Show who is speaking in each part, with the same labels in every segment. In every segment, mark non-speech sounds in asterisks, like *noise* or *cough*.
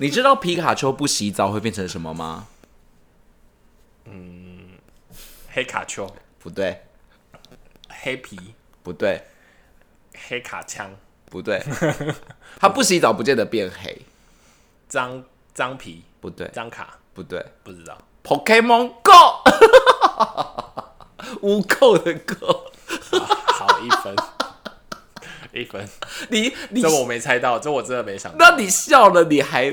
Speaker 1: 你知道皮卡丘不洗澡会变成什么吗？
Speaker 2: 黑卡丘、
Speaker 1: 不对，
Speaker 2: 黑皮、
Speaker 1: 不对，
Speaker 2: 黑卡枪、
Speaker 1: 不对， *laughs* 它不洗澡不见得变黑，
Speaker 2: 脏脏皮、
Speaker 1: 不对，
Speaker 2: 脏卡，
Speaker 1: 不对
Speaker 2: 不知 *laughs* 道。
Speaker 1: ，Pokemon Go，无扣的 Go，
Speaker 2: 好，一分，一分，
Speaker 1: 你你
Speaker 2: 这我没猜到，这我真的没想 *laughs* 到。
Speaker 1: 那你笑了，你还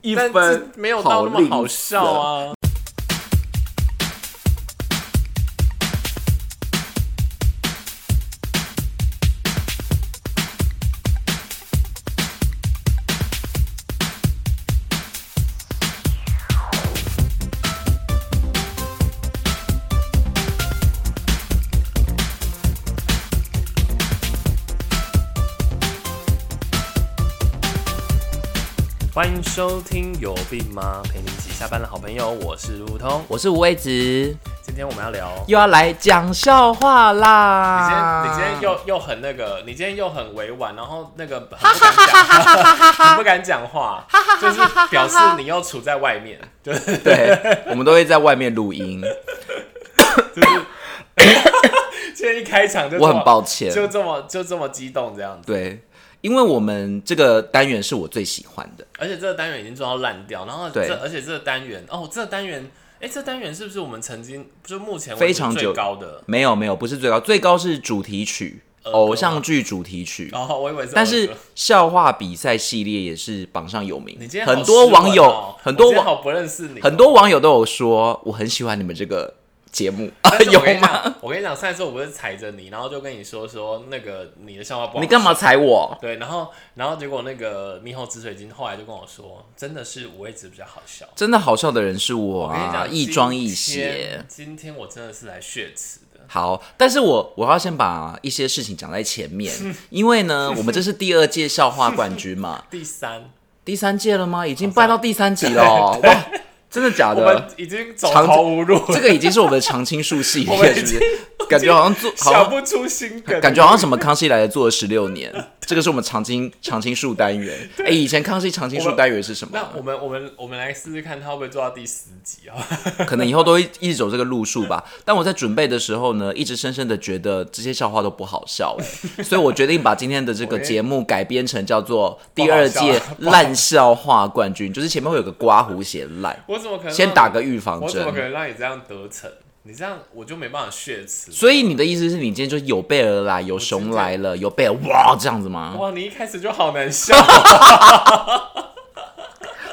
Speaker 1: 一
Speaker 2: 但
Speaker 1: 分
Speaker 2: 这，没有到那么好笑
Speaker 1: 好吝啬！
Speaker 2: 啊。欢迎收听《有病吗》，陪你一起下班的好朋友，我是如通。
Speaker 1: 我是五味子，
Speaker 2: 今天我们要聊，你
Speaker 1: 又要来讲笑话
Speaker 2: 今
Speaker 1: 啦！
Speaker 2: 天你今天又又很那个，你今天又很委婉，然后那 *laughs* 个很不敢讲话，很不敢讲话，就是表示你又处在外面，就是
Speaker 1: 对，我们都会在外面录音，
Speaker 2: 今天一开场就这
Speaker 1: 我
Speaker 2: 么
Speaker 1: 很抱歉，
Speaker 2: 就这么就这么激动这样子，
Speaker 1: 对，因为我们这个单元是我最喜欢的，
Speaker 2: 而且这个单元已经做到烂掉，然后
Speaker 1: 对
Speaker 2: 这而且这个单元哦，这个单元，哎，这单元是不是我们曾经就目前为止
Speaker 1: 非常
Speaker 2: 最
Speaker 1: 久
Speaker 2: 高的？
Speaker 1: 没有没有，不是最高，最高是主题曲，
Speaker 2: 歌吗
Speaker 1: 偶像剧主题曲。
Speaker 2: 呃哦，我以为是，
Speaker 1: 但是。笑话比赛系列也是榜上有名，
Speaker 2: 你今天好
Speaker 1: 很多网
Speaker 2: 斯文
Speaker 1: 友
Speaker 2: 哦，
Speaker 1: 很多
Speaker 2: 我今天
Speaker 1: 网
Speaker 2: 好不认识你哦，
Speaker 1: 很多网友都有说，我很喜欢你们这个节
Speaker 2: *laughs*
Speaker 1: 目啊，
Speaker 2: 但
Speaker 1: *laughs*
Speaker 2: 是
Speaker 1: 有
Speaker 2: 我跟你
Speaker 1: 吗？
Speaker 2: 讲，我跟你讲，上一次我不是踩着你，然后就跟你说说那个你的笑话不好，
Speaker 1: 你干嘛？踩我？
Speaker 2: 对，然后然后结果那个猕猴紫水晶后来就跟我说，真的是五味子比较好笑。
Speaker 1: 真的好笑的人是我
Speaker 2: 我跟你
Speaker 1: 啊，
Speaker 2: 讲，
Speaker 1: 亦
Speaker 2: 今
Speaker 1: 庄亦
Speaker 2: 天
Speaker 1: 谐。
Speaker 2: 今天我真的是来血池的，
Speaker 1: 好，但是我我要先把一些事情讲在前
Speaker 2: *laughs*
Speaker 1: 面，因为呢，我们这是第二届笑话冠军
Speaker 2: *laughs*
Speaker 1: 嘛，
Speaker 2: 第三，
Speaker 1: 第三届了吗？已经办到第三集了哦、哇，真的假
Speaker 2: 我们
Speaker 1: 的？
Speaker 2: 已经走
Speaker 1: 长
Speaker 2: 投无路，
Speaker 1: *laughs*
Speaker 2: *laughs*
Speaker 1: 这个已经是我们的常青树系
Speaker 2: 我们
Speaker 1: 列，
Speaker 2: 已
Speaker 1: 是不
Speaker 2: 经
Speaker 1: 是？感觉好像做，好
Speaker 2: 想
Speaker 1: 像
Speaker 2: 不出新梗，
Speaker 1: 感觉好像什么康熙来了做了十六年，这个是我们常青 *laughs* 常青树单元。哎、以前康熙常青树单元是什么
Speaker 2: 那？我们我们我们来试试看，他会不会做到第十集啊？ *laughs*
Speaker 1: 可能以后都会一直走这个路数吧。但我在准备的时候呢，一直深深的觉得这些笑话都不好笑、
Speaker 2: *laughs*
Speaker 1: 哎所以我决定把今天的这个节目改编成叫做第二届烂笑话冠军，就是前面会有个刮胡写烂，
Speaker 2: 我怎么可能
Speaker 1: 先
Speaker 2: 让
Speaker 1: 打
Speaker 2: 你
Speaker 1: 个预防
Speaker 2: 我怎
Speaker 1: 针
Speaker 2: 么可。能让你这样得逞？你这样我就没办法血池。
Speaker 1: 所以你的意思是你今天就有备而来，有熊来了，有备而哇这样子吗？
Speaker 2: 哇，你一开始就好难笑， *laughs*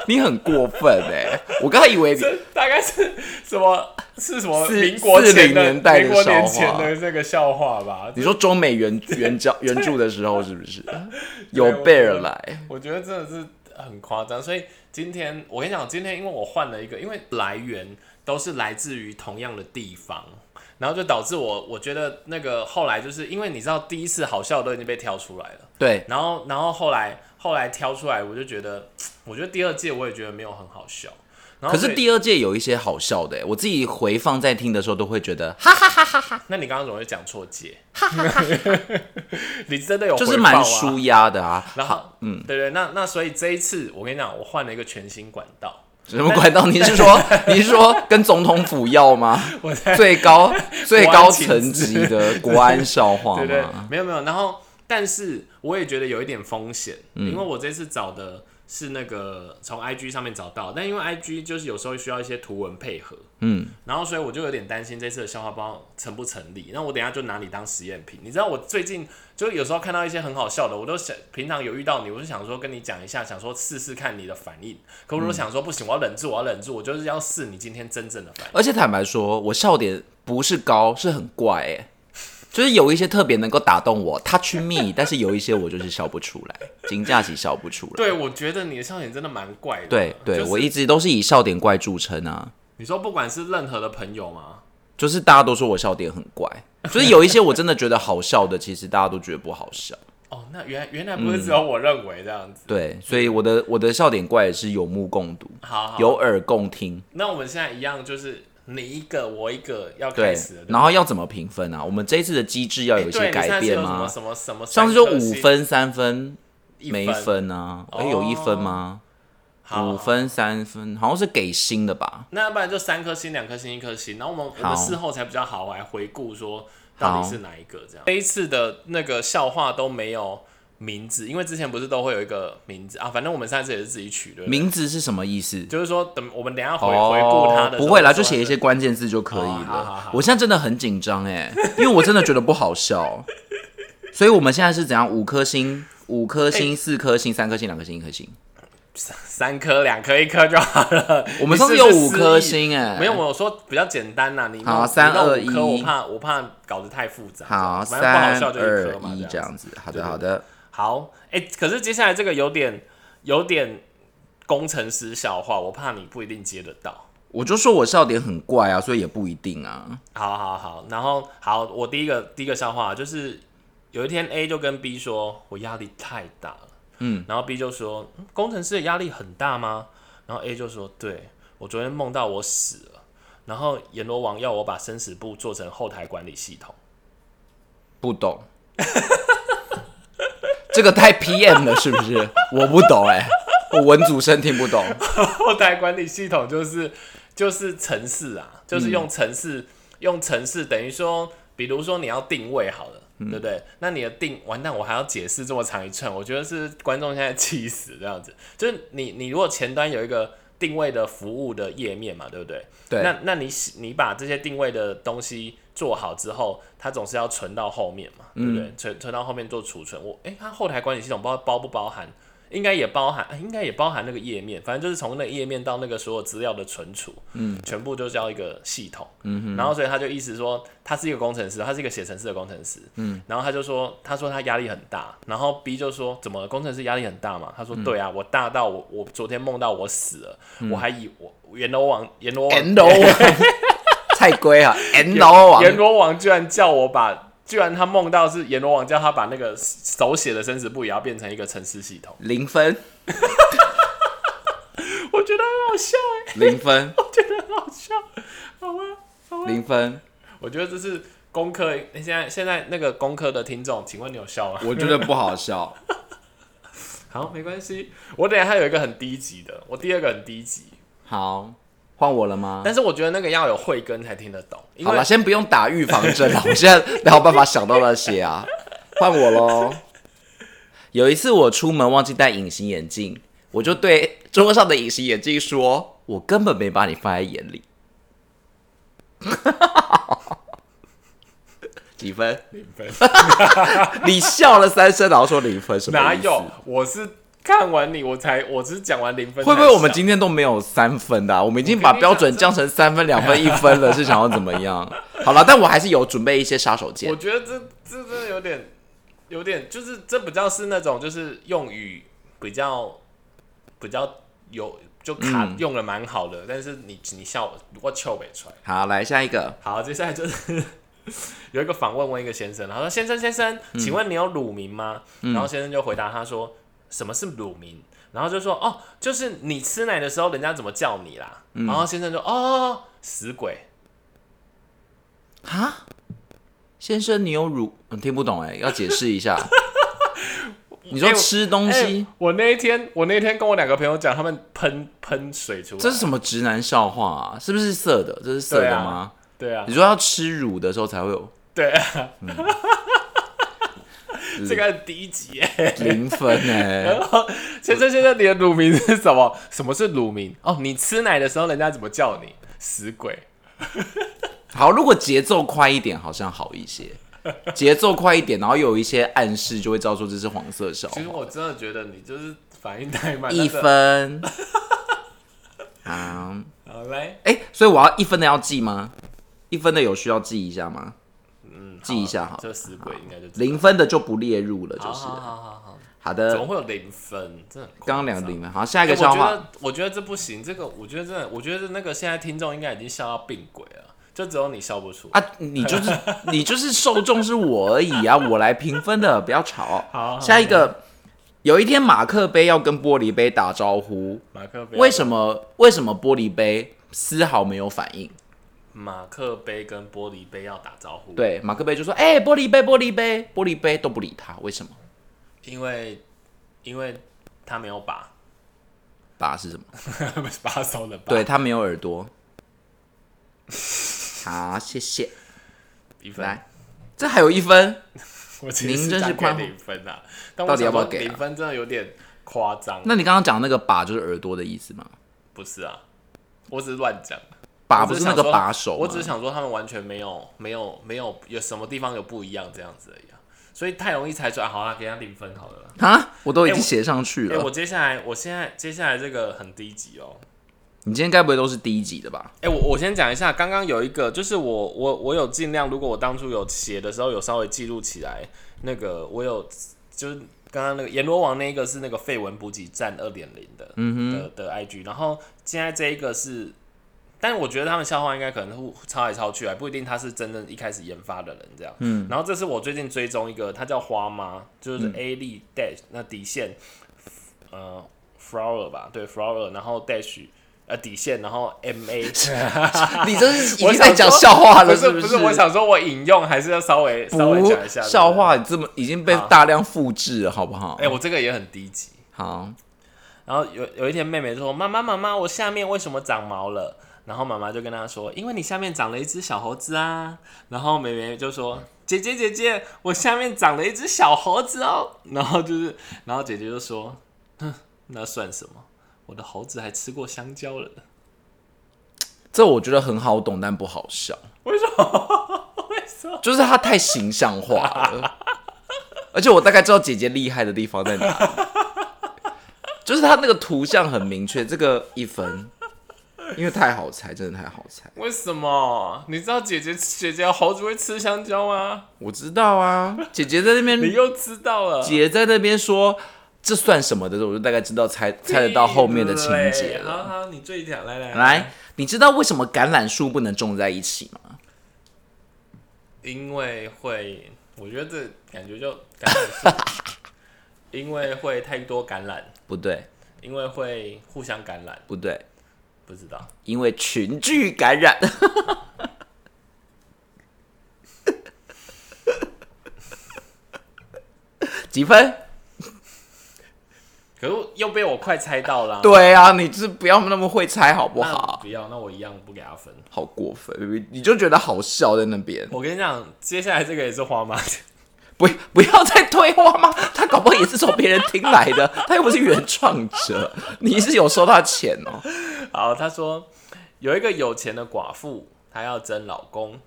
Speaker 1: 你很过分哎、我刚才以为你
Speaker 2: 这大概是什么？是什么？
Speaker 1: 四
Speaker 2: 民国前
Speaker 1: 40
Speaker 2: 的
Speaker 1: 年代的
Speaker 2: 民国年
Speaker 1: 笑
Speaker 2: 前
Speaker 1: 话
Speaker 2: 的这个笑话吧？
Speaker 1: 你说中美援援交援助的时候是不
Speaker 2: *laughs*
Speaker 1: 是有备而来？
Speaker 2: 我觉得真的是很夸张。所以今天我跟你讲，今天因为我换了一个，因为来源都是来自于同样的地方。然后就导致我，我觉得那个后来就是因为你知道，第一次好笑都已经被挑出来了，
Speaker 1: 对，
Speaker 2: 然后然后后来后来挑出来，我就觉得，嗯我觉得第二届我也觉得没有很好笑。然后
Speaker 1: 可是
Speaker 2: 所以
Speaker 1: 第二届有一些好笑的欸，我自己回放在听的时候都会觉得，哈，
Speaker 2: 那你刚刚怎么会讲错节？你真的有
Speaker 1: 就是
Speaker 2: 回报啊
Speaker 1: 蛮舒压的
Speaker 2: *laughs*
Speaker 1: 啊。
Speaker 2: 然
Speaker 1: 好，
Speaker 2: 后，嗯，对对，那那所以这一次我跟你讲，我换了一个全新管道，
Speaker 1: 什么管道？你是
Speaker 2: *laughs*
Speaker 1: 说你是说跟总统府要吗？
Speaker 2: 我在
Speaker 1: 最高最
Speaker 2: 国安
Speaker 1: 高
Speaker 2: 情
Speaker 1: 层级的国安笑话
Speaker 2: 对对
Speaker 1: 吗？，
Speaker 2: 没有没有，然后但是我也觉得有一点风险，
Speaker 1: 嗯
Speaker 2: 因为我这次找的是那个从 IG 上面找到，但因为 IG 就是有时候需要一些图文配合，
Speaker 1: 嗯，
Speaker 2: 然后所以我就有点担心这次的消化包成不成立。那我等一下就拿你当实验品。你知道我最近就有时候看到一些很好笑的，我都想平常有遇到你，我就想说跟你讲一下，想说试试看你的反应。可我都想说不行，我要忍住，我要忍住，我就是要试你今天真正的反应。
Speaker 1: 而且坦白说，我笑点不是高，是很怪哎、就是有一些特别能够打动我，touch me，但是有一些我就是笑不出来，金假期笑不出来。
Speaker 2: 对，我觉得你的笑点真的蛮怪的。
Speaker 1: 对对，
Speaker 2: 就是
Speaker 1: 我一直都是以笑点怪著称啊。
Speaker 2: 你说不管是任何的朋友嘛，
Speaker 1: 就是大家都说我笑点很怪，就是有一些我真的觉得好笑的，其实大家都觉得不好笑。
Speaker 2: 哦，那原来原来不是只有我认为这样子。
Speaker 1: 对，所以我的我的笑点怪也是有目共睹，
Speaker 2: 好好，
Speaker 1: 嗯有耳共听。
Speaker 2: 那我们现在一样，就是你一个我一个要
Speaker 1: 对
Speaker 2: 开始了。，对吧
Speaker 1: 然后要怎么评分啊？我们这一次的机制要有一
Speaker 2: 哎
Speaker 1: 些
Speaker 2: 对你
Speaker 1: 改
Speaker 2: 上次
Speaker 1: 变
Speaker 2: 有什么
Speaker 1: 吗？
Speaker 2: 什么什么？
Speaker 1: 上次就五，分、三分、
Speaker 2: 一哦
Speaker 1: 没分啊，哎，有一分吗？
Speaker 2: 好
Speaker 1: 五分三分，好像是给星的吧？
Speaker 2: 那要不然就三颗星、两颗星、一颗星，然后我们我
Speaker 1: 好
Speaker 2: 们事后才比较好来回顾说到底是哪一个这样。这一次的那个笑话都没有名字，因为之前不是都会有一个名字啊，反正我们上次也是自己取的，
Speaker 1: 名字是什么意思？
Speaker 2: 就是说等我们等一下回、
Speaker 1: 哦，
Speaker 2: 回顾他的时候
Speaker 1: 不会啦，
Speaker 2: 说
Speaker 1: 就写一
Speaker 2: 他
Speaker 1: 些
Speaker 2: 是
Speaker 1: 关键字就可以
Speaker 2: 哦好好
Speaker 1: 了
Speaker 2: 好。
Speaker 1: 我现在真的很紧张哎，因为我真的觉得不好笑，所以我们现在是怎样？五颗星、五颗星、四颗星、三颗星、两颗星、一颗星。
Speaker 2: 三颗、两颗、一颗就好了。
Speaker 1: *laughs* 我们
Speaker 2: 你
Speaker 1: 上
Speaker 2: 是
Speaker 1: 次
Speaker 2: 不
Speaker 1: 有
Speaker 2: 是
Speaker 1: 五
Speaker 2: 失忆
Speaker 1: 颗星哎，
Speaker 2: 没有，我说比较简单呐。你弄
Speaker 1: 好
Speaker 2: 你
Speaker 1: 三
Speaker 2: 弄
Speaker 1: 二
Speaker 2: 五颗我
Speaker 1: 一
Speaker 2: 怕我怕搞得太复杂。
Speaker 1: 好，
Speaker 2: 这样反正不好
Speaker 1: 三
Speaker 2: 笑就一
Speaker 1: 二
Speaker 2: 颗嘛，
Speaker 1: 一
Speaker 2: 这
Speaker 1: 这
Speaker 2: 样。
Speaker 1: 样子。好
Speaker 2: 对
Speaker 1: 的，
Speaker 2: 对
Speaker 1: 好的。
Speaker 2: 好，哎、可是接下来这个有点有点工程师笑话，我怕你不一定接得到。
Speaker 1: 我就说我笑点很怪啊，所以也不一定啊。
Speaker 2: 好好好，然后好，我第一个第一个笑话就是有一天 A 就跟 B 说，我压力太大了，嗯，然后 B 就说，嗯工程师的压力很大吗？然后 A 就说，对我昨天梦到我死了，然后阎罗王要我把生死簿做成后台管理系统。
Speaker 1: 不懂， *laughs* 这个太 PM 了，是不是？我不懂哎、我文组生听不懂。
Speaker 2: 后台管理系统就是就是城市啊，就是用城市、用城市等于说，比如说你要定位好了，对不对？那你的定完蛋，我还要解释这么长一串，我觉得是观众现在气死这样子。就是你你如果前端有一个定位的服务的页面嘛，对不对？
Speaker 1: 对
Speaker 2: 那那你你把这些定位的东西做好之后，它总是要存到后面嘛，对不对？存存到后面做储存。我诶，它后台管理系统包包不包含？应该也包含，应该也包含那个页面，反正就是从那个页面到那个所有资料的存储，嗯，全部就叫一个系统，嗯然后所以他就意思说他是一个工程师，他是一个写程式的工程师，嗯，然后他就说他说他压力很大，然后 B 就说怎么了工程师压力很大嘛？他说对啊，我大到我我昨天梦到我死了，我还以我阎罗王阎罗王
Speaker 1: N
Speaker 2: *laughs*
Speaker 1: 罗王，菜龟啊，N 罗王，
Speaker 2: 阎罗王居然叫我把，居然他梦到是阎罗王叫他把那个手写的生死簿也要变成一个程式系统，
Speaker 1: 零分，
Speaker 2: 我觉得很好笑哎、
Speaker 1: 零分，
Speaker 2: *laughs* 我觉得很好笑，好啊，
Speaker 1: 零分。
Speaker 2: 我觉得这是工科，诶现在现在那个工科的听众，请问你有笑吗？
Speaker 1: 我觉得不好笑。
Speaker 2: *laughs* 好，没关系，我等一下还有一个很低级的，我第二个很低级，
Speaker 1: 好，换我了吗？
Speaker 2: 但是我觉得那个要有慧根才听得懂，因
Speaker 1: 好
Speaker 2: 为
Speaker 1: 了，先不用打预防针啊
Speaker 2: *laughs*
Speaker 1: 了，我现在没有办法想到那些啊，换我喽。有一次我出门忘记戴隐形眼镜，我就对桌上的隐形眼镜说：“我根本没把你放在眼里。” *laughs* 几分？
Speaker 2: 零分
Speaker 1: 你笑了三声，然后说零分，什么
Speaker 2: 哪
Speaker 1: 意思
Speaker 2: 有？我是看完你我才，我只是讲完零分才
Speaker 1: 会
Speaker 2: 笑，
Speaker 1: 不会我们今天都没有三分的啊、我们已经把标准降成三分、两分、一分了，是想要怎么样？好了，但我还是有准备一些杀手锏
Speaker 2: 我。觉得这这真的有点，有点就是这比较是那种就是用语比较比较有就卡、用的蛮好的，但是你你笑我我笑不出来。
Speaker 1: 好，来下一个。
Speaker 2: 好，接下来就是 *laughs* 有一个访问问一个先生，他说：“先生先生，请问你有乳名吗？”然后先生就回答他说：“什么是乳名？”然后就说：“哦，就是你吃奶的时候人家怎么叫你啦。然后先生就：“哦，死鬼。”
Speaker 1: 哈，先生，你有乳？嗯、听不懂
Speaker 2: *laughs*
Speaker 1: 哎、要解释一下。你说
Speaker 2: 哎我
Speaker 1: 吃东西，
Speaker 2: 哎，我那一天，我那一天跟我两个朋友讲，他们喷喷水出来，
Speaker 1: 这是什么直男笑话啊？是不是色的？这是色
Speaker 2: 对
Speaker 1: 的
Speaker 2: 啊
Speaker 1: 吗？
Speaker 2: 对啊
Speaker 1: 你，说要嗯吃乳的时候才会
Speaker 2: *laughs*
Speaker 1: 有
Speaker 2: 对啊， *laughs* 这个很低级耶。 *laughs*
Speaker 1: 零分哎、
Speaker 2: 先生先生，你的乳名是什么？什么是乳名？哦，你吃奶的时候人家怎么叫你？死鬼！
Speaker 1: 好，如果节奏快一点，好像好一
Speaker 2: *laughs*
Speaker 1: 些。节奏快一点，然后有一些暗示，就会知道说这是黄色笑话
Speaker 2: 其实我真的觉得你就是反应太慢。
Speaker 1: 一
Speaker 2: 但是，
Speaker 1: 分。好，
Speaker 2: 好来，
Speaker 1: 哎、所以我要一分的要记吗？一分的有需要记一下吗？
Speaker 2: 嗯，
Speaker 1: 记一下好了
Speaker 2: 这死鬼应该就知道
Speaker 1: 零，分的就不列入了，就
Speaker 2: 好
Speaker 1: 是
Speaker 2: 好好好好，
Speaker 1: 好
Speaker 2: 啊怎
Speaker 1: 的。
Speaker 2: 么会有零分？真的很夸张
Speaker 1: 刚刚两个零分，好，下
Speaker 2: 哎
Speaker 1: 一个笑话。
Speaker 2: 我觉得，我觉得这不行，这个我觉得真的，我觉得那个现在听众应该已经笑到病鬼了，就只有你笑不出。
Speaker 1: 啊，你就是你就是受众是我而已
Speaker 2: *laughs*
Speaker 1: 啊，我来评分的，不要吵。
Speaker 2: 好好
Speaker 1: 下一个，有一天马克杯要跟玻璃杯打招呼，
Speaker 2: 马克杯
Speaker 1: 为什么为什么玻璃杯丝毫没有反应？
Speaker 2: 马克杯跟玻璃杯要打招呼？，
Speaker 1: 对，马克杯就说：“哎、玻璃杯，玻璃杯，玻璃杯都不理他，为什么？
Speaker 2: 因为因为他没有把
Speaker 1: 把是什么？
Speaker 2: 不是 *laughs* 把手的把。
Speaker 1: 对，他没有耳朵。好，谢谢。
Speaker 2: 一分，
Speaker 1: 来，这还有一分，
Speaker 2: 我其实
Speaker 1: 您真是
Speaker 2: 想给
Speaker 1: 宽
Speaker 2: 零分啊，但
Speaker 1: 到
Speaker 2: 我
Speaker 1: 底要
Speaker 2: 想
Speaker 1: 不要
Speaker 2: 说
Speaker 1: 给啊
Speaker 2: 零分真的有点夸张。
Speaker 1: 那你刚刚讲那个把就是耳朵的意思吗？
Speaker 2: 不是啊，我只是乱讲。
Speaker 1: 把
Speaker 2: 我
Speaker 1: 不
Speaker 2: 只
Speaker 1: 是
Speaker 2: 是
Speaker 1: 那
Speaker 2: 想
Speaker 1: 个
Speaker 2: 说
Speaker 1: 把手吗？
Speaker 2: 我只是想说他们完全没有没有没有有什么地方有不一样这样子而已啊，所以太容易猜出来。好啦，给他零分好了啦。
Speaker 1: 啊，我都已
Speaker 2: 哎
Speaker 1: 经
Speaker 2: 我
Speaker 1: 写上去
Speaker 2: 哎、
Speaker 1: 了。
Speaker 2: 我接下来，我现在接下来这个很低级哦。
Speaker 1: 你今天该不会都是第一集的
Speaker 2: *laughs*
Speaker 1: 吧？
Speaker 2: 哎、我我先讲一下，刚刚有一个，就是我我我有尽量，如果我当初有写的时候有稍微记录起来，那个我有就是刚刚那个阎罗王那一个是那个绯闻补给站二点零的，嗯哼的的 IG，然后现在这一个是，但我觉得他们笑话应该可能互抄来抄去啊，不一定他是真正一开始研发的人这样，嗯，然后这是我最近追踪一个，他叫花妈，就是 A 力 dash 那底线，呃 flower 吧，对 flower，然后 dash。呃，底线，然后 M A，
Speaker 1: 你这是已
Speaker 2: 我
Speaker 1: 经在
Speaker 2: 想
Speaker 1: 讲
Speaker 2: 说
Speaker 1: 笑话了，
Speaker 2: 不是
Speaker 1: 不
Speaker 2: 不是，我想说，我引用还是要稍微稍微讲一下
Speaker 1: 不笑。话，啊这么已经被
Speaker 2: 好
Speaker 1: 大量复制了，好不好？
Speaker 2: 对不对哎、我这个也很低级。
Speaker 1: 好，
Speaker 2: 然后有有一天，妹妹就说：“妈妈，妈妈，我下面为什么长毛了？”然后妈妈就跟她说：“因为你下面长了一只小猴子啊。”然后妹妹就说：“姐姐，姐姐，我下面长了一只小猴子哦。” *laughs* 然后就是，然后姐姐就说：“哼，那算什么？我的猴子还吃过香蕉了呢。
Speaker 1: 这我觉得很好懂，但不好笑。
Speaker 2: 为什么？为什么？
Speaker 1: 就是它太形象化了，而且我大概知道姐姐厉害的地方在哪里，就是它那个图像很明确，这个一分，因为太好猜，真的太好猜。
Speaker 2: 为什么？你知道姐姐姐姐猴子会吃香蕉吗？
Speaker 1: 我知道啊，姐姐在那
Speaker 2: 你
Speaker 1: 边，
Speaker 2: 又知道了，
Speaker 1: 姐在那边说这算什么的时候，我就大概知道猜猜得到后面的情节了。
Speaker 2: 好好，你最讲，来来
Speaker 1: 来，，你知道为什么橄榄树不能种在一起吗？
Speaker 2: 因为会，我觉得这感觉就橄榄树，因为会太多感染，
Speaker 1: 不对，
Speaker 2: 因为会互相感染，
Speaker 1: 不对，
Speaker 2: 不知道。
Speaker 1: 因为群聚感染。 *laughs* 几分？
Speaker 2: 可是又被我快猜到了、，
Speaker 1: 对啊，你是不要那么会猜好不
Speaker 2: 那
Speaker 1: 好？
Speaker 2: 不要，那我一样不给他分。
Speaker 1: 好过分，你就觉得好笑在那边，
Speaker 2: 我跟你讲，接下来这个也是花妈的，
Speaker 1: 不不要再推花吗？他搞不好也是从别人听来的， *laughs* 他又不是原创者，你是有收他钱哦。
Speaker 2: *laughs* 好，他说有一个有钱的寡妇，她要争老公。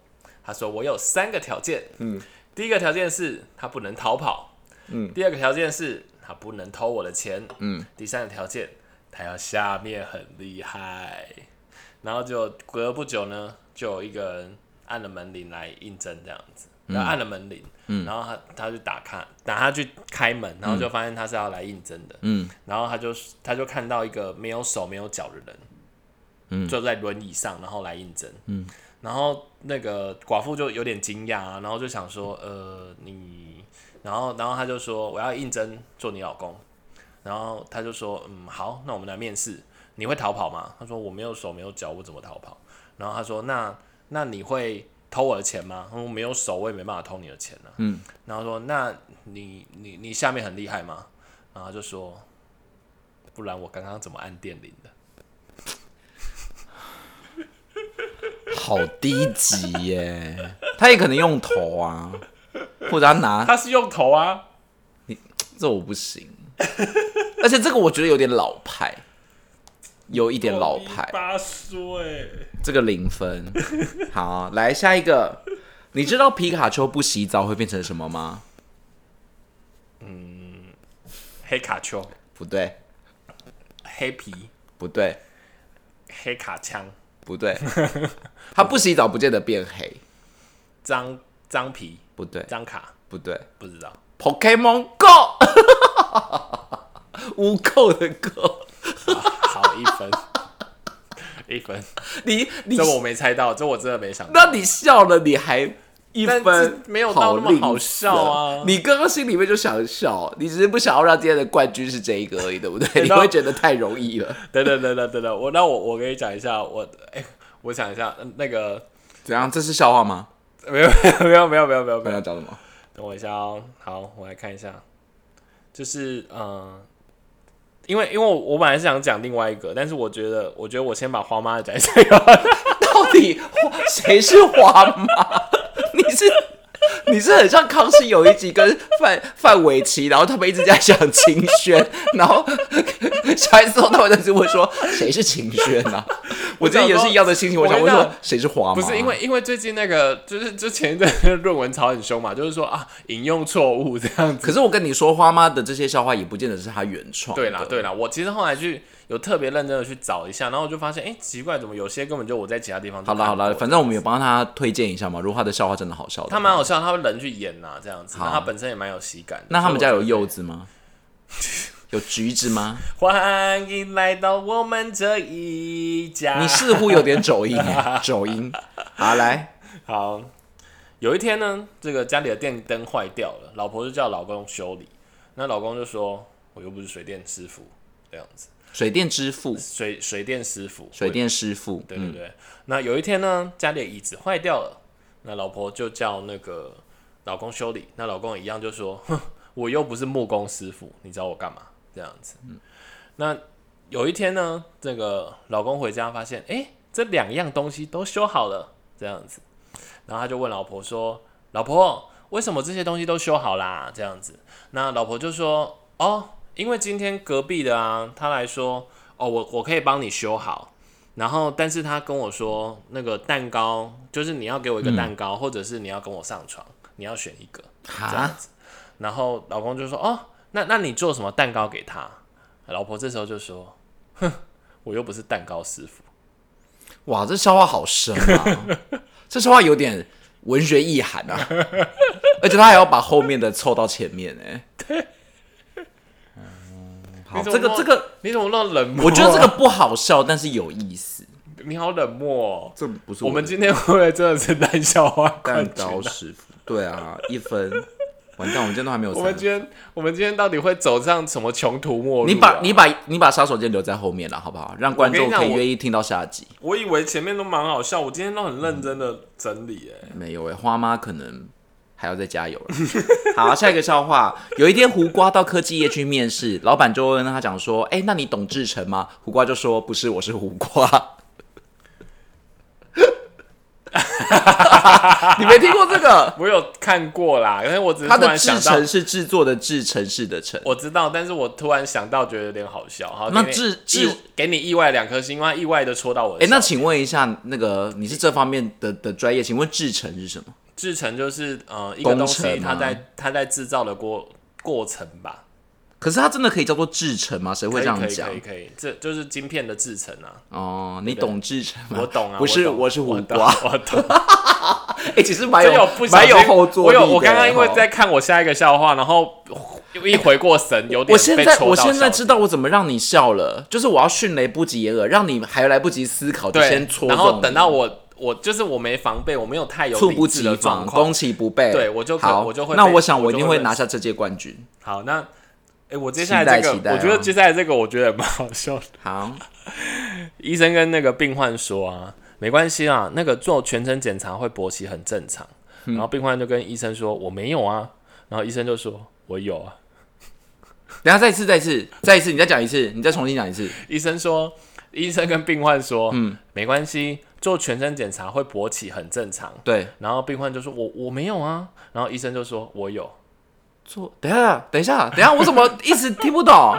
Speaker 2: 她说我有三个条件，嗯，第一个条件是她不能逃跑，嗯，第二个条件是她不能偷我的钱，嗯，第三个条件她要下面很厉害。然后就隔不久呢，就有一个人按了门铃来应征这样子，然后按了门铃，然后他他就打开，打他去开门，然后就发现他是要来应征的，嗯，然后他就他就看到一个没有手没有脚的人，坐在轮椅上，然后来应征。嗯，然后那个寡妇就有点惊讶啊，然后就想说，呃，你，然后然后他就说嗯我要应征做你老公，然后他就说，嗯，好，那我们来面试。你会逃跑吗？他说我没有手没有脚，我怎么逃跑？然后他说那那你会偷我的钱吗？我没有手，我也没办法偷你的钱啊。嗯，然后说那你你你下面很厉害吗？然后他就说，不然我刚刚怎么按电铃的？
Speaker 1: 好低级耶！他也可能用头啊，或者他拿
Speaker 2: 他是用头啊。
Speaker 1: 这我不行，而且这个我觉得有点老派，有一点老派。
Speaker 2: 八说哎，
Speaker 1: 这个零分。好，来下一个，你知道皮卡丘不洗澡会变成什么吗？
Speaker 2: 黑卡丘、
Speaker 1: 不对，
Speaker 2: 黑皮、
Speaker 1: 不对，
Speaker 2: 黑卡枪、
Speaker 1: 不对，它不洗澡不见得变黑，
Speaker 2: 脏脏皮、
Speaker 1: 不对，
Speaker 2: 脏卡，
Speaker 1: 不对
Speaker 2: 不知
Speaker 1: *laughs*
Speaker 2: 道。
Speaker 1: ，Pokemon Go，无扣的 Go，
Speaker 2: 好，一分，一分，
Speaker 1: 你你
Speaker 2: 这我没猜到，这我真的没想到。
Speaker 1: 那你笑了，你还一
Speaker 2: 但
Speaker 1: 分，
Speaker 2: 这没有到那么
Speaker 1: 吝
Speaker 2: 好
Speaker 1: 啬
Speaker 2: 笑啊
Speaker 1: 你刚刚心里面就想笑，你只是不想要让今天的冠军是这一个而已，对不
Speaker 2: *laughs*
Speaker 1: 对？你
Speaker 2: 然后
Speaker 1: 会觉得太容易了，
Speaker 2: 等等等等等等，我那我我跟你讲一下，我哎、我想一下，嗯那个
Speaker 1: 怎样？这是笑话吗？
Speaker 2: 没有 *laughs* 没有没有没有没有
Speaker 1: 不
Speaker 2: 没
Speaker 1: 然
Speaker 2: 有
Speaker 1: 要，讲什么？
Speaker 2: 等我一下哦。好，我来看一下，就是嗯、呃因为因为我我本来是想讲另外一个，但是我觉得我觉得我先把花妈的讲一
Speaker 1: *laughs*
Speaker 2: 下。*laughs*
Speaker 1: 到底花谁是花妈？ *laughs* 你是你是很像康熙有一集跟范范玮琪，然后他们一直在讲秦轩，然后小孩子他们在问说谁是秦轩啊？我今天也是一样的心情，我
Speaker 2: 我
Speaker 1: 想
Speaker 2: 跟
Speaker 1: 问
Speaker 2: 你
Speaker 1: 说
Speaker 2: 讲
Speaker 1: 谁是花妈？啊
Speaker 2: 不是因为因为最近那个就是之前的论文吵很凶嘛，就是说啊引用错误这样子。
Speaker 1: 可是我跟你说，花妈的这些笑话也不见得是她原创。
Speaker 2: 对啦，对啦，我其实后来去有特别认真的去找一下，然后我就发现，哎、奇怪，怎么有些根本就我在其他地方就
Speaker 1: 好了好
Speaker 2: 看过
Speaker 1: 了，反正我们也帮她推荐一下嘛。如果她的笑话真的好笑的话，
Speaker 2: 他蛮好笑，他会人去演呐、这样子，
Speaker 1: 好
Speaker 2: 然后他本身也蛮有喜感的。
Speaker 1: 那他们家有
Speaker 2: 所以我
Speaker 1: 柚子吗？有橘子吗？
Speaker 2: 觉得？欢迎来到我们这一家。
Speaker 1: 你似乎有点走音
Speaker 2: *laughs*
Speaker 1: 耶，走音。好，来，
Speaker 2: 好，有一天呢，这个家里的电灯坏掉了，老婆就叫老公修理，那老公就说：“我又不是水电师傅，这样子，
Speaker 1: 水电之父，
Speaker 2: 水水电师傅，
Speaker 1: 水电师傅，
Speaker 2: 对
Speaker 1: 嗯
Speaker 2: 对对。那有一天呢，家里的椅子坏掉了，那老婆就叫那个老公修理，那老公一样就说：“哼，我又不是木工师傅，你找我干嘛？”这样子。那有一天呢，这个老公回家发现，哎、这两样东西都修好了，这样子。然后他就问老婆说：“老婆，为什么这些东西都修好啦？”这样子。那老婆就说：“哦，因为今天隔壁的啊，他来说，哦，我我可以帮你修好。”然后，但是他跟我说，那个蛋糕就是你要给
Speaker 1: 嗯
Speaker 2: 我一个蛋糕，或者是你要跟我上床，你要选一个。这样
Speaker 1: 哈，
Speaker 2: 子。然后老公就说：“哦，那那你做什么蛋糕给他？”老婆这时候就说：“ *laughs* 哼，我又不是蛋糕师傅。
Speaker 1: 哇，这笑话好深
Speaker 2: *laughs*
Speaker 1: 啊！这笑话有点文学意涵啊，而且他还要把后面的凑到前面，
Speaker 2: *laughs*
Speaker 1: 哎，对，好，
Speaker 2: 你怎
Speaker 1: 这个
Speaker 2: 么
Speaker 1: 这个，
Speaker 2: 你怎么那么冷漠
Speaker 1: *laughs*
Speaker 2: 啊？
Speaker 1: 我觉得这个不好笑，但是有意思。
Speaker 2: *laughs* 你好冷漠、哦。
Speaker 1: 这不是
Speaker 2: 我们
Speaker 1: 的
Speaker 2: 今天会不会真的是烂笑话
Speaker 1: 蛋
Speaker 2: 冠军
Speaker 1: 糕
Speaker 2: 啊？
Speaker 1: 师傅，对啊，一分，完蛋，我们今天都还没有
Speaker 2: 我
Speaker 1: 三
Speaker 2: 们
Speaker 1: 分。
Speaker 2: 今天我们今天到底会走上什么穷途末路、啊？
Speaker 1: 你把你把你把杀手锏留在后面了，好不好？让观众
Speaker 2: 我跟你讲
Speaker 1: 可以
Speaker 2: 我
Speaker 1: 愿意听到下集。
Speaker 2: 我以为前面都蛮好笑，我今天都很认真的整理、哎、
Speaker 1: 没有诶、欸花妈可能还要再加油了。 *laughs* 好，下一个笑话。有一天，胡瓜到科技业去面试，老板就问他讲说：“哎、那你懂制成吗？”胡瓜就说：“不是，我是胡
Speaker 2: *laughs*
Speaker 1: 瓜。” *laughs* 你没听过这个？
Speaker 2: *laughs* 我有看过啦，因为我只是
Speaker 1: 它
Speaker 2: 突
Speaker 1: 的
Speaker 2: 然
Speaker 1: 制
Speaker 2: 想到
Speaker 1: 成，是制作的制，城市的城。
Speaker 2: 我知道，但是我突然想到，觉得有点好笑。好，
Speaker 1: 那
Speaker 2: 给你
Speaker 1: 至
Speaker 2: 意
Speaker 1: 至
Speaker 2: 给你意外两颗星，因为它意外的戳到我的
Speaker 1: 哎、
Speaker 2: 笑。
Speaker 1: 那请问一下，那个你是这方面的的专业，请问制成是什么？
Speaker 2: 制成就是呃一个东
Speaker 1: 工
Speaker 2: 西，
Speaker 1: 程吗
Speaker 2: 它在它在制造的过过程吧，
Speaker 1: 可是它真的可以叫做制成吗？谁
Speaker 2: 可
Speaker 1: 会
Speaker 2: 以
Speaker 1: 这样
Speaker 2: 可以
Speaker 1: 讲
Speaker 2: 可以？可以，这就是晶片的制成啊，
Speaker 1: 哦，你懂制成吗？
Speaker 2: 我懂啊，
Speaker 1: 不是，
Speaker 2: 我懂
Speaker 1: 我是胡
Speaker 2: 懂
Speaker 1: 瓜。
Speaker 2: *laughs*
Speaker 1: *laughs*
Speaker 2: 我懂。
Speaker 1: 哎、其实蛮
Speaker 2: *laughs* 这
Speaker 1: 有
Speaker 2: 有不小
Speaker 1: 蛮
Speaker 2: 心
Speaker 1: 有后坐
Speaker 2: 我
Speaker 1: 力的
Speaker 2: 有我刚刚因为
Speaker 1: 哈
Speaker 2: 在看我下一个笑话，然后一回过神，有点
Speaker 1: 我现
Speaker 2: 被
Speaker 1: 在
Speaker 2: 戳
Speaker 1: 我
Speaker 2: 到
Speaker 1: 现在
Speaker 2: 笑
Speaker 1: 知道我怎么让你笑了，就是我要迅雷不及掩耳，让你还来不及思考就
Speaker 2: 对，
Speaker 1: 先戳中
Speaker 2: 然
Speaker 1: 你，
Speaker 2: 后等到我我就是我没防备，我没有太有
Speaker 1: 猝
Speaker 2: 理
Speaker 1: 不
Speaker 2: 智
Speaker 1: 及
Speaker 2: 的
Speaker 1: 防，
Speaker 2: 状况
Speaker 1: 攻。其不备。
Speaker 2: 对我就可
Speaker 1: 好，
Speaker 2: 我就会
Speaker 1: 那
Speaker 2: 被
Speaker 1: 我想
Speaker 2: 我
Speaker 1: 我一
Speaker 2: 就
Speaker 1: 定
Speaker 2: 会
Speaker 1: 会
Speaker 2: 被
Speaker 1: 拿下这届冠军。
Speaker 2: 好，那哎，我接下来这
Speaker 1: 期
Speaker 2: 个
Speaker 1: 待，
Speaker 2: 我
Speaker 1: 期
Speaker 2: 觉
Speaker 1: 待
Speaker 2: 得
Speaker 1: 啊
Speaker 2: 接下来这个我觉得也蛮好笑的。
Speaker 1: 好，
Speaker 2: 医生跟那个病患说啊，没关系啊，那个做全身检查会勃起很正常。
Speaker 1: 嗯
Speaker 2: 然后病患就跟医生说我没有啊，然后医生就说我有啊。
Speaker 1: 等一下再一次，再一次，再一次，你再讲一次，你再重新讲一次。
Speaker 2: 医生说，医生跟病患说，嗯，没关系，做全身检查会勃起很正常。
Speaker 1: 对，
Speaker 2: 然后病患就说我我没有啊，然后医生就说我有。
Speaker 1: 做等一下，等一下，等一下，我怎么一直听不
Speaker 2: *laughs*
Speaker 1: 懂？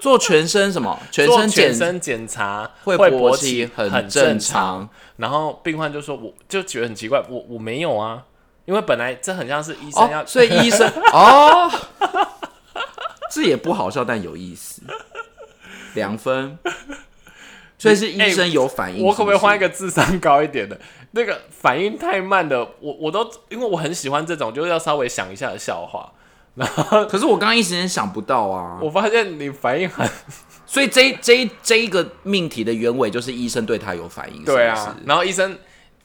Speaker 1: 做全身什么？全
Speaker 2: 做
Speaker 1: 身
Speaker 2: 全
Speaker 1: 检
Speaker 2: 身检查
Speaker 1: 会
Speaker 2: 勃
Speaker 1: 勃
Speaker 2: 起
Speaker 1: 很
Speaker 2: 正
Speaker 1: 正。常。
Speaker 2: 然后病患就说我就觉得很奇怪，我我没有啊，因为本来这很像是医生要
Speaker 1: 哦，所以医生哦，这也不好笑，但有意思，两分。所以是医生有反应、
Speaker 2: *laughs* 哎我可不可以换一
Speaker 1: 个？
Speaker 2: 个智商高一点的？那个反应太慢的，我我都因为我很喜欢这种，就是要稍微想一下的笑话。
Speaker 1: 可是我刚刚一时间想不到啊。
Speaker 2: 我发现你
Speaker 1: *laughs*
Speaker 2: 反应很
Speaker 1: 所以这这这一个命题的原委就是医生对他有反应，
Speaker 2: 对
Speaker 1: 是
Speaker 2: 啊
Speaker 1: 不，是
Speaker 2: 然后医生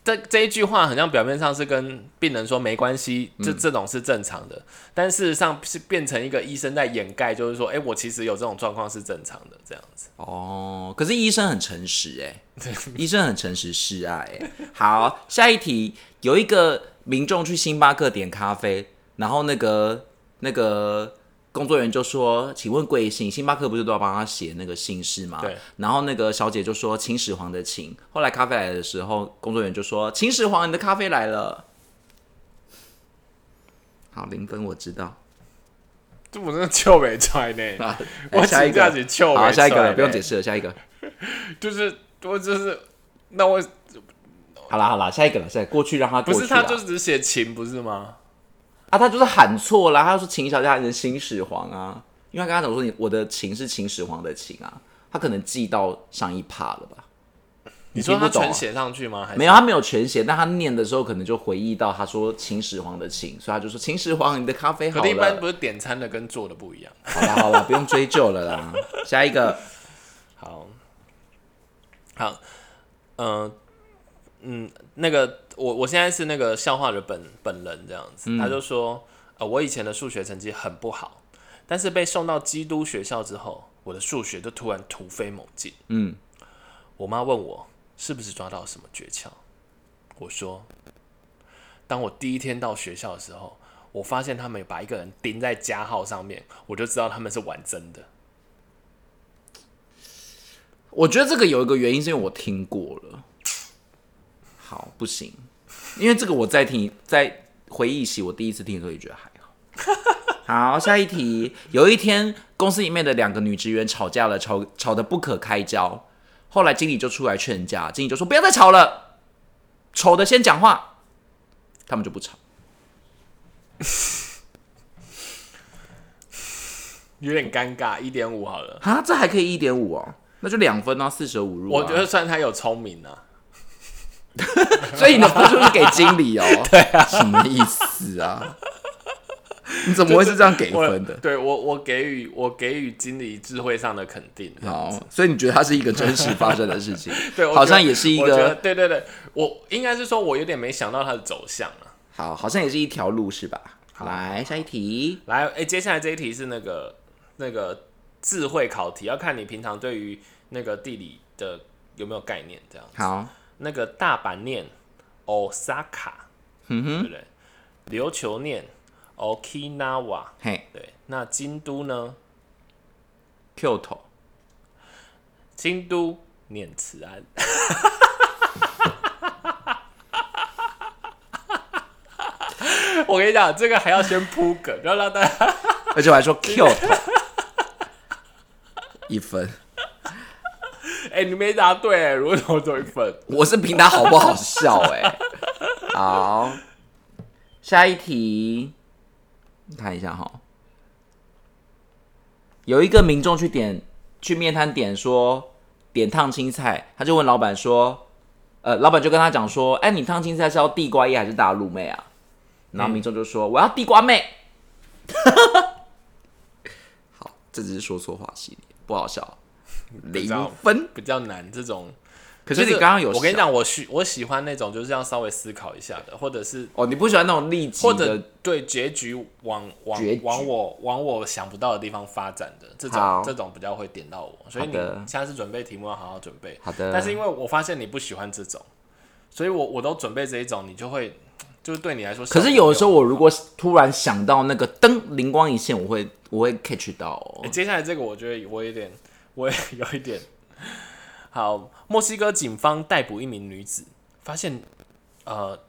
Speaker 2: 这这一句话，好像表面上是跟病人说没关系，这
Speaker 1: 嗯
Speaker 2: 这种是正常的，但事实上是变成一个医生在掩盖，就是说，哎、我其实有这种状况是正常的，这样子。
Speaker 1: 哦，可是医生很诚实哎、医生很诚实示爱、哎。好，下一题，有一个民众去星巴克点咖啡，然后那个那个工作人员就说：“请问贵姓？”星巴克不是都要帮他写那个姓氏吗？
Speaker 2: 对。
Speaker 1: 然后那个小姐就说：“秦始皇的秦。”后来咖啡来的时候，工作人员就说：“秦始皇，你的咖啡来了。”好，零分我知道。
Speaker 2: 这我真的臭美
Speaker 1: *laughs*
Speaker 2: 踹呢，
Speaker 1: 啊，
Speaker 2: 我
Speaker 1: 来下一
Speaker 2: 请假
Speaker 1: 个，
Speaker 2: 只臭
Speaker 1: 好，
Speaker 2: 美
Speaker 1: 下一个
Speaker 2: 踹
Speaker 1: 了，
Speaker 2: 呢
Speaker 1: 不用解，释了，下一个。
Speaker 2: 就是我就是那我
Speaker 1: 好啦好啦，下一个了，下一个过去让他
Speaker 2: 不
Speaker 1: 过
Speaker 2: 是
Speaker 1: 去啦
Speaker 2: 他就只写情不是吗？
Speaker 1: 啊，他就是喊错啦，他说秦小姐喊成秦始皇啊，因为他刚刚讲说你我的秦是秦始皇的秦啊，他可能记到上一趴了吧？
Speaker 2: 你说
Speaker 1: 听不
Speaker 2: 他
Speaker 1: 懂啊
Speaker 2: 全写上去吗？还是
Speaker 1: 没有，他没有全写，但他念的时候可能就回忆到他说秦始皇的秦，所以他就说秦始皇，你的咖啡好
Speaker 2: 可是一般
Speaker 1: 了。
Speaker 2: 不是点餐的跟做的不一样。
Speaker 1: 好啦好啦，不用追究了啦。下一个，
Speaker 2: 好，好，嗯、嗯，那个我我现在是那个笑话的本本人这样子，他就说，呃，我以前的数学成绩很不好，但是被送到基督学校之后，我的数学就突然突飞猛进。
Speaker 1: 嗯，
Speaker 2: 我妈问我是不是抓到什么诀窍，我说，当我第一天到学校的时候。我发现他们有把一个人钉在加号上面，我就知道他们是玩真的。
Speaker 1: 我觉得这个有一个原因是因为我听过了。好，不行，因为这个我在听，在回忆起我第一次听的时候也觉得还好。 *laughs* 好，下一题。有一天，公司里面的两个女职员吵架了，吵吵得不可开交。后来经理就出来劝架，经理就说：“不要再吵了，丑的先讲话。”他们就不吵。
Speaker 2: 有点尴尬，一点五好了。
Speaker 1: 啊，这还可以一点五哦，那就两分啊，四舍五入、啊。
Speaker 2: 我觉得，算他有聪明啊，
Speaker 1: *laughs* 所以你的分数是给经理哦。
Speaker 2: *laughs*
Speaker 1: 对啊，什么意思啊？你怎么会是这样给
Speaker 2: 我
Speaker 1: 分的？
Speaker 2: 对我，我给予我给予经理智慧上的肯定。，
Speaker 1: 好，哦所以你觉得它是一个真实发生的事情
Speaker 2: *laughs* 对，我觉得
Speaker 1: 好像也是一
Speaker 2: 我觉得
Speaker 1: 个
Speaker 2: 对对对，我应该是说，我有点没想到他的走向啊。
Speaker 1: 好，好像也是一条路是吧？来下一题，
Speaker 2: 来，哎、接下来这一题是那个那个智慧考题，要看你平常对于那个地理的有没有概念。这样，
Speaker 1: 好，
Speaker 2: 那个大阪念 Osaka，、
Speaker 1: 嗯
Speaker 2: 对
Speaker 1: 哼，
Speaker 2: 不对？琉球念 Okinawa，
Speaker 1: 嘿
Speaker 2: 对，那京都呢？
Speaker 1: ，Q
Speaker 2: *laughs*
Speaker 1: 头，
Speaker 2: 京都念慈安。 *laughs* 我跟你讲，这个还要先铺梗，不要让大家。 *laughs*
Speaker 1: 而且我还说 Q 头，一分，
Speaker 2: 哎、你没答对，如果我只有一分。
Speaker 1: 我是凭它好不好笑哎、好，下一题，看一下哈，有一个民众去点去面摊点说点烫青菜，他就问老板说，呃，老板就跟他讲说，哎、你烫青菜是要地瓜叶还是大陆妹啊？然后民众就说、我要地瓜
Speaker 2: *laughs*
Speaker 1: 妹。好，这只是说错话系列，不好笑，零
Speaker 2: 道
Speaker 1: 分。
Speaker 2: 比较难这种。
Speaker 1: 可
Speaker 2: 可
Speaker 1: 是你刚刚有
Speaker 2: 我跟你
Speaker 1: 笑
Speaker 2: 讲，我喜我喜欢那种就是要稍微思考一下的，或者是
Speaker 1: 哦，你不喜欢那种利己
Speaker 2: 或
Speaker 1: 的
Speaker 2: 者对结局往往
Speaker 1: 结局
Speaker 2: 往我往我想不到的地方发展的这种
Speaker 1: 好
Speaker 2: 这种比较会点到我，所以你
Speaker 1: 好的
Speaker 2: 下次准备题目要好好准备。
Speaker 1: 好的
Speaker 2: 但是因为我发现你不喜欢这种，所以我我都准备这一种，你就会就是对你来说，
Speaker 1: 可是有的时候，我如果突然想到那个灯灵光一现，我会我会 catch 到、哦 *laughs*
Speaker 2: 欸、。接下来这个我觉得我有点我也有一点好。墨西哥警方逮捕一名女子，发现呃，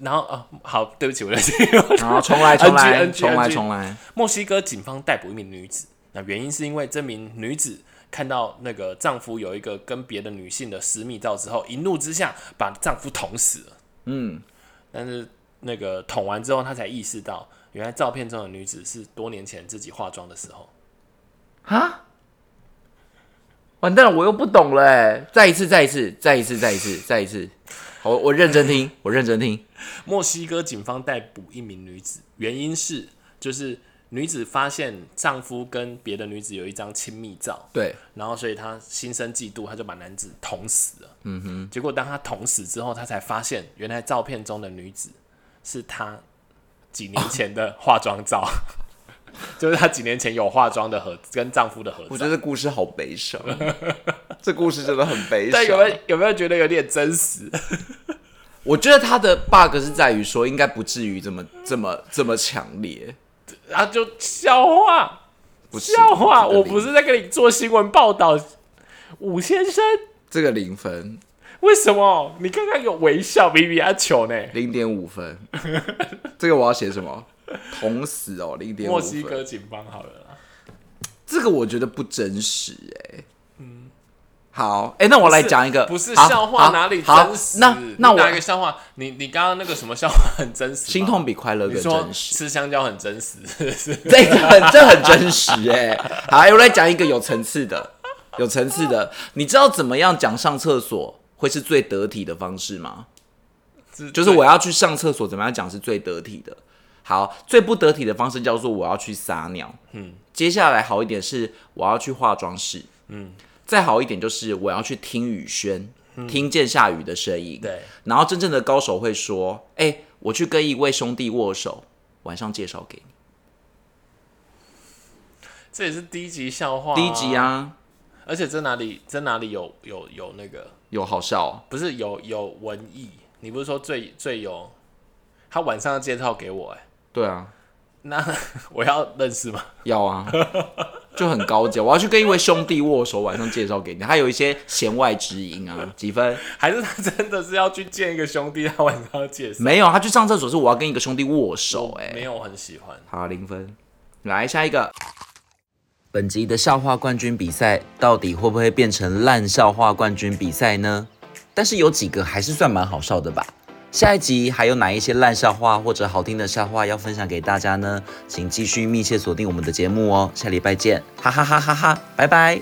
Speaker 2: 然后呃，好，对不起，我在这里。
Speaker 1: 然后重来重 *laughs* 来
Speaker 2: NG
Speaker 1: 重来重来，
Speaker 2: 墨西哥警方逮捕一名女子，那原因是因为这名女子看到那个丈夫有一个跟别的女性的私密照之后，一怒之下把丈夫捅死了。
Speaker 1: 嗯，
Speaker 2: 但是那个捅完之后，她才意识到，原来照片中的女子是多年前自己化妆的时候。
Speaker 1: 哈，完蛋了，我又不懂了哎！再一次再一次再一次再一次再一次，好，我认真 *laughs* 听，我认真听。
Speaker 2: 墨西哥警方逮捕一名女子，原因是就是女子发现丈夫跟别的女子有一张亲密照，
Speaker 1: 对，
Speaker 2: 然后所以她心生嫉妒，她就把男子捅死了。嗯哼，结果当她捅死之后，她才发现原来照片中的女子是她几年前的化妆
Speaker 1: *laughs*
Speaker 2: 照，就是她几年前有化妆的合跟丈夫的合
Speaker 1: 我
Speaker 2: 照
Speaker 1: 觉。得这故事好悲伤，这故事真的很悲伤
Speaker 2: 但。有没有有没有觉得有点真实？
Speaker 1: 我觉得他的 bug 是在于说，应该不至于这么这么这么强烈。
Speaker 2: 啊然后就笑话，
Speaker 1: 不是
Speaker 2: 笑话，
Speaker 1: 这个
Speaker 2: 我
Speaker 1: 零
Speaker 2: 不是在跟你做新闻报道，武先生，
Speaker 1: 这个零分，
Speaker 2: 为什么你刚刚有微笑比比阿球呢？
Speaker 1: 零点五
Speaker 2: *laughs*
Speaker 1: 分，这个我要写什么？捅死哦，零点五
Speaker 2: 墨西
Speaker 1: 分，
Speaker 2: 哥警方好了啦，
Speaker 1: 这个我觉得不真实哎、嗯，好，哎、那我来讲一个，
Speaker 2: 不是
Speaker 1: 好
Speaker 2: 笑话
Speaker 1: 好
Speaker 2: 哪里
Speaker 1: 好
Speaker 2: 真实？
Speaker 1: 那那
Speaker 2: 你
Speaker 1: 我
Speaker 2: 哪一个笑话？你你刚刚那个什么笑话很真实吗？
Speaker 1: 心痛比快乐
Speaker 2: 你
Speaker 1: 更
Speaker 2: 说
Speaker 1: 真实。 *laughs*
Speaker 2: 吃香蕉很真实，是不是
Speaker 1: 这个很这很真实哎、好，我来讲一个有层次的，有层次的。你知道怎么样讲上厕所会是最得体的方式吗？ *laughs* 就是我要去上厕所，怎么样讲是最得体的？好，最不得体的方式叫做我要去撒尿。嗯，接下来好一点是我要去化妆室。嗯，嗯再好一点就是我要去听雨轩，听见下雨的声音。
Speaker 2: 对，
Speaker 1: 然后真正的高手会说：“哎、我去跟一位兄弟握手，晚上介绍给你。”
Speaker 2: 这也是低级笑话、
Speaker 1: 第一集，啊，
Speaker 2: 而且这哪里这哪里有有有那个
Speaker 1: 有好笑哦、
Speaker 2: 不是有有文艺？你不是说最最有？他晚上要介绍给我、哎，
Speaker 1: 对啊，
Speaker 2: 那 *laughs* 我要认识吗？ *laughs*
Speaker 1: 要啊， *laughs* 就很高级。我要去跟一位兄弟握手，晚上介绍给你。他有一些弦外之音啊，几分？
Speaker 2: 还是他真的是要去见一个兄弟，他晚上要介绍？
Speaker 1: 没有，他去上厕所是我要跟一个兄弟握手、哎，
Speaker 2: 嗯没有，我很喜欢。
Speaker 1: 好，零分。来下一个，本集的笑话冠军比赛到底会不会变成烂笑话冠军比赛呢？但是有几个还是算蛮好笑的吧。下一集还有哪一些烂笑话或者好听的笑话要分享给大家呢？请继续密切锁定我们的节目哦，下礼拜见，哈哈哈哈哈，拜拜。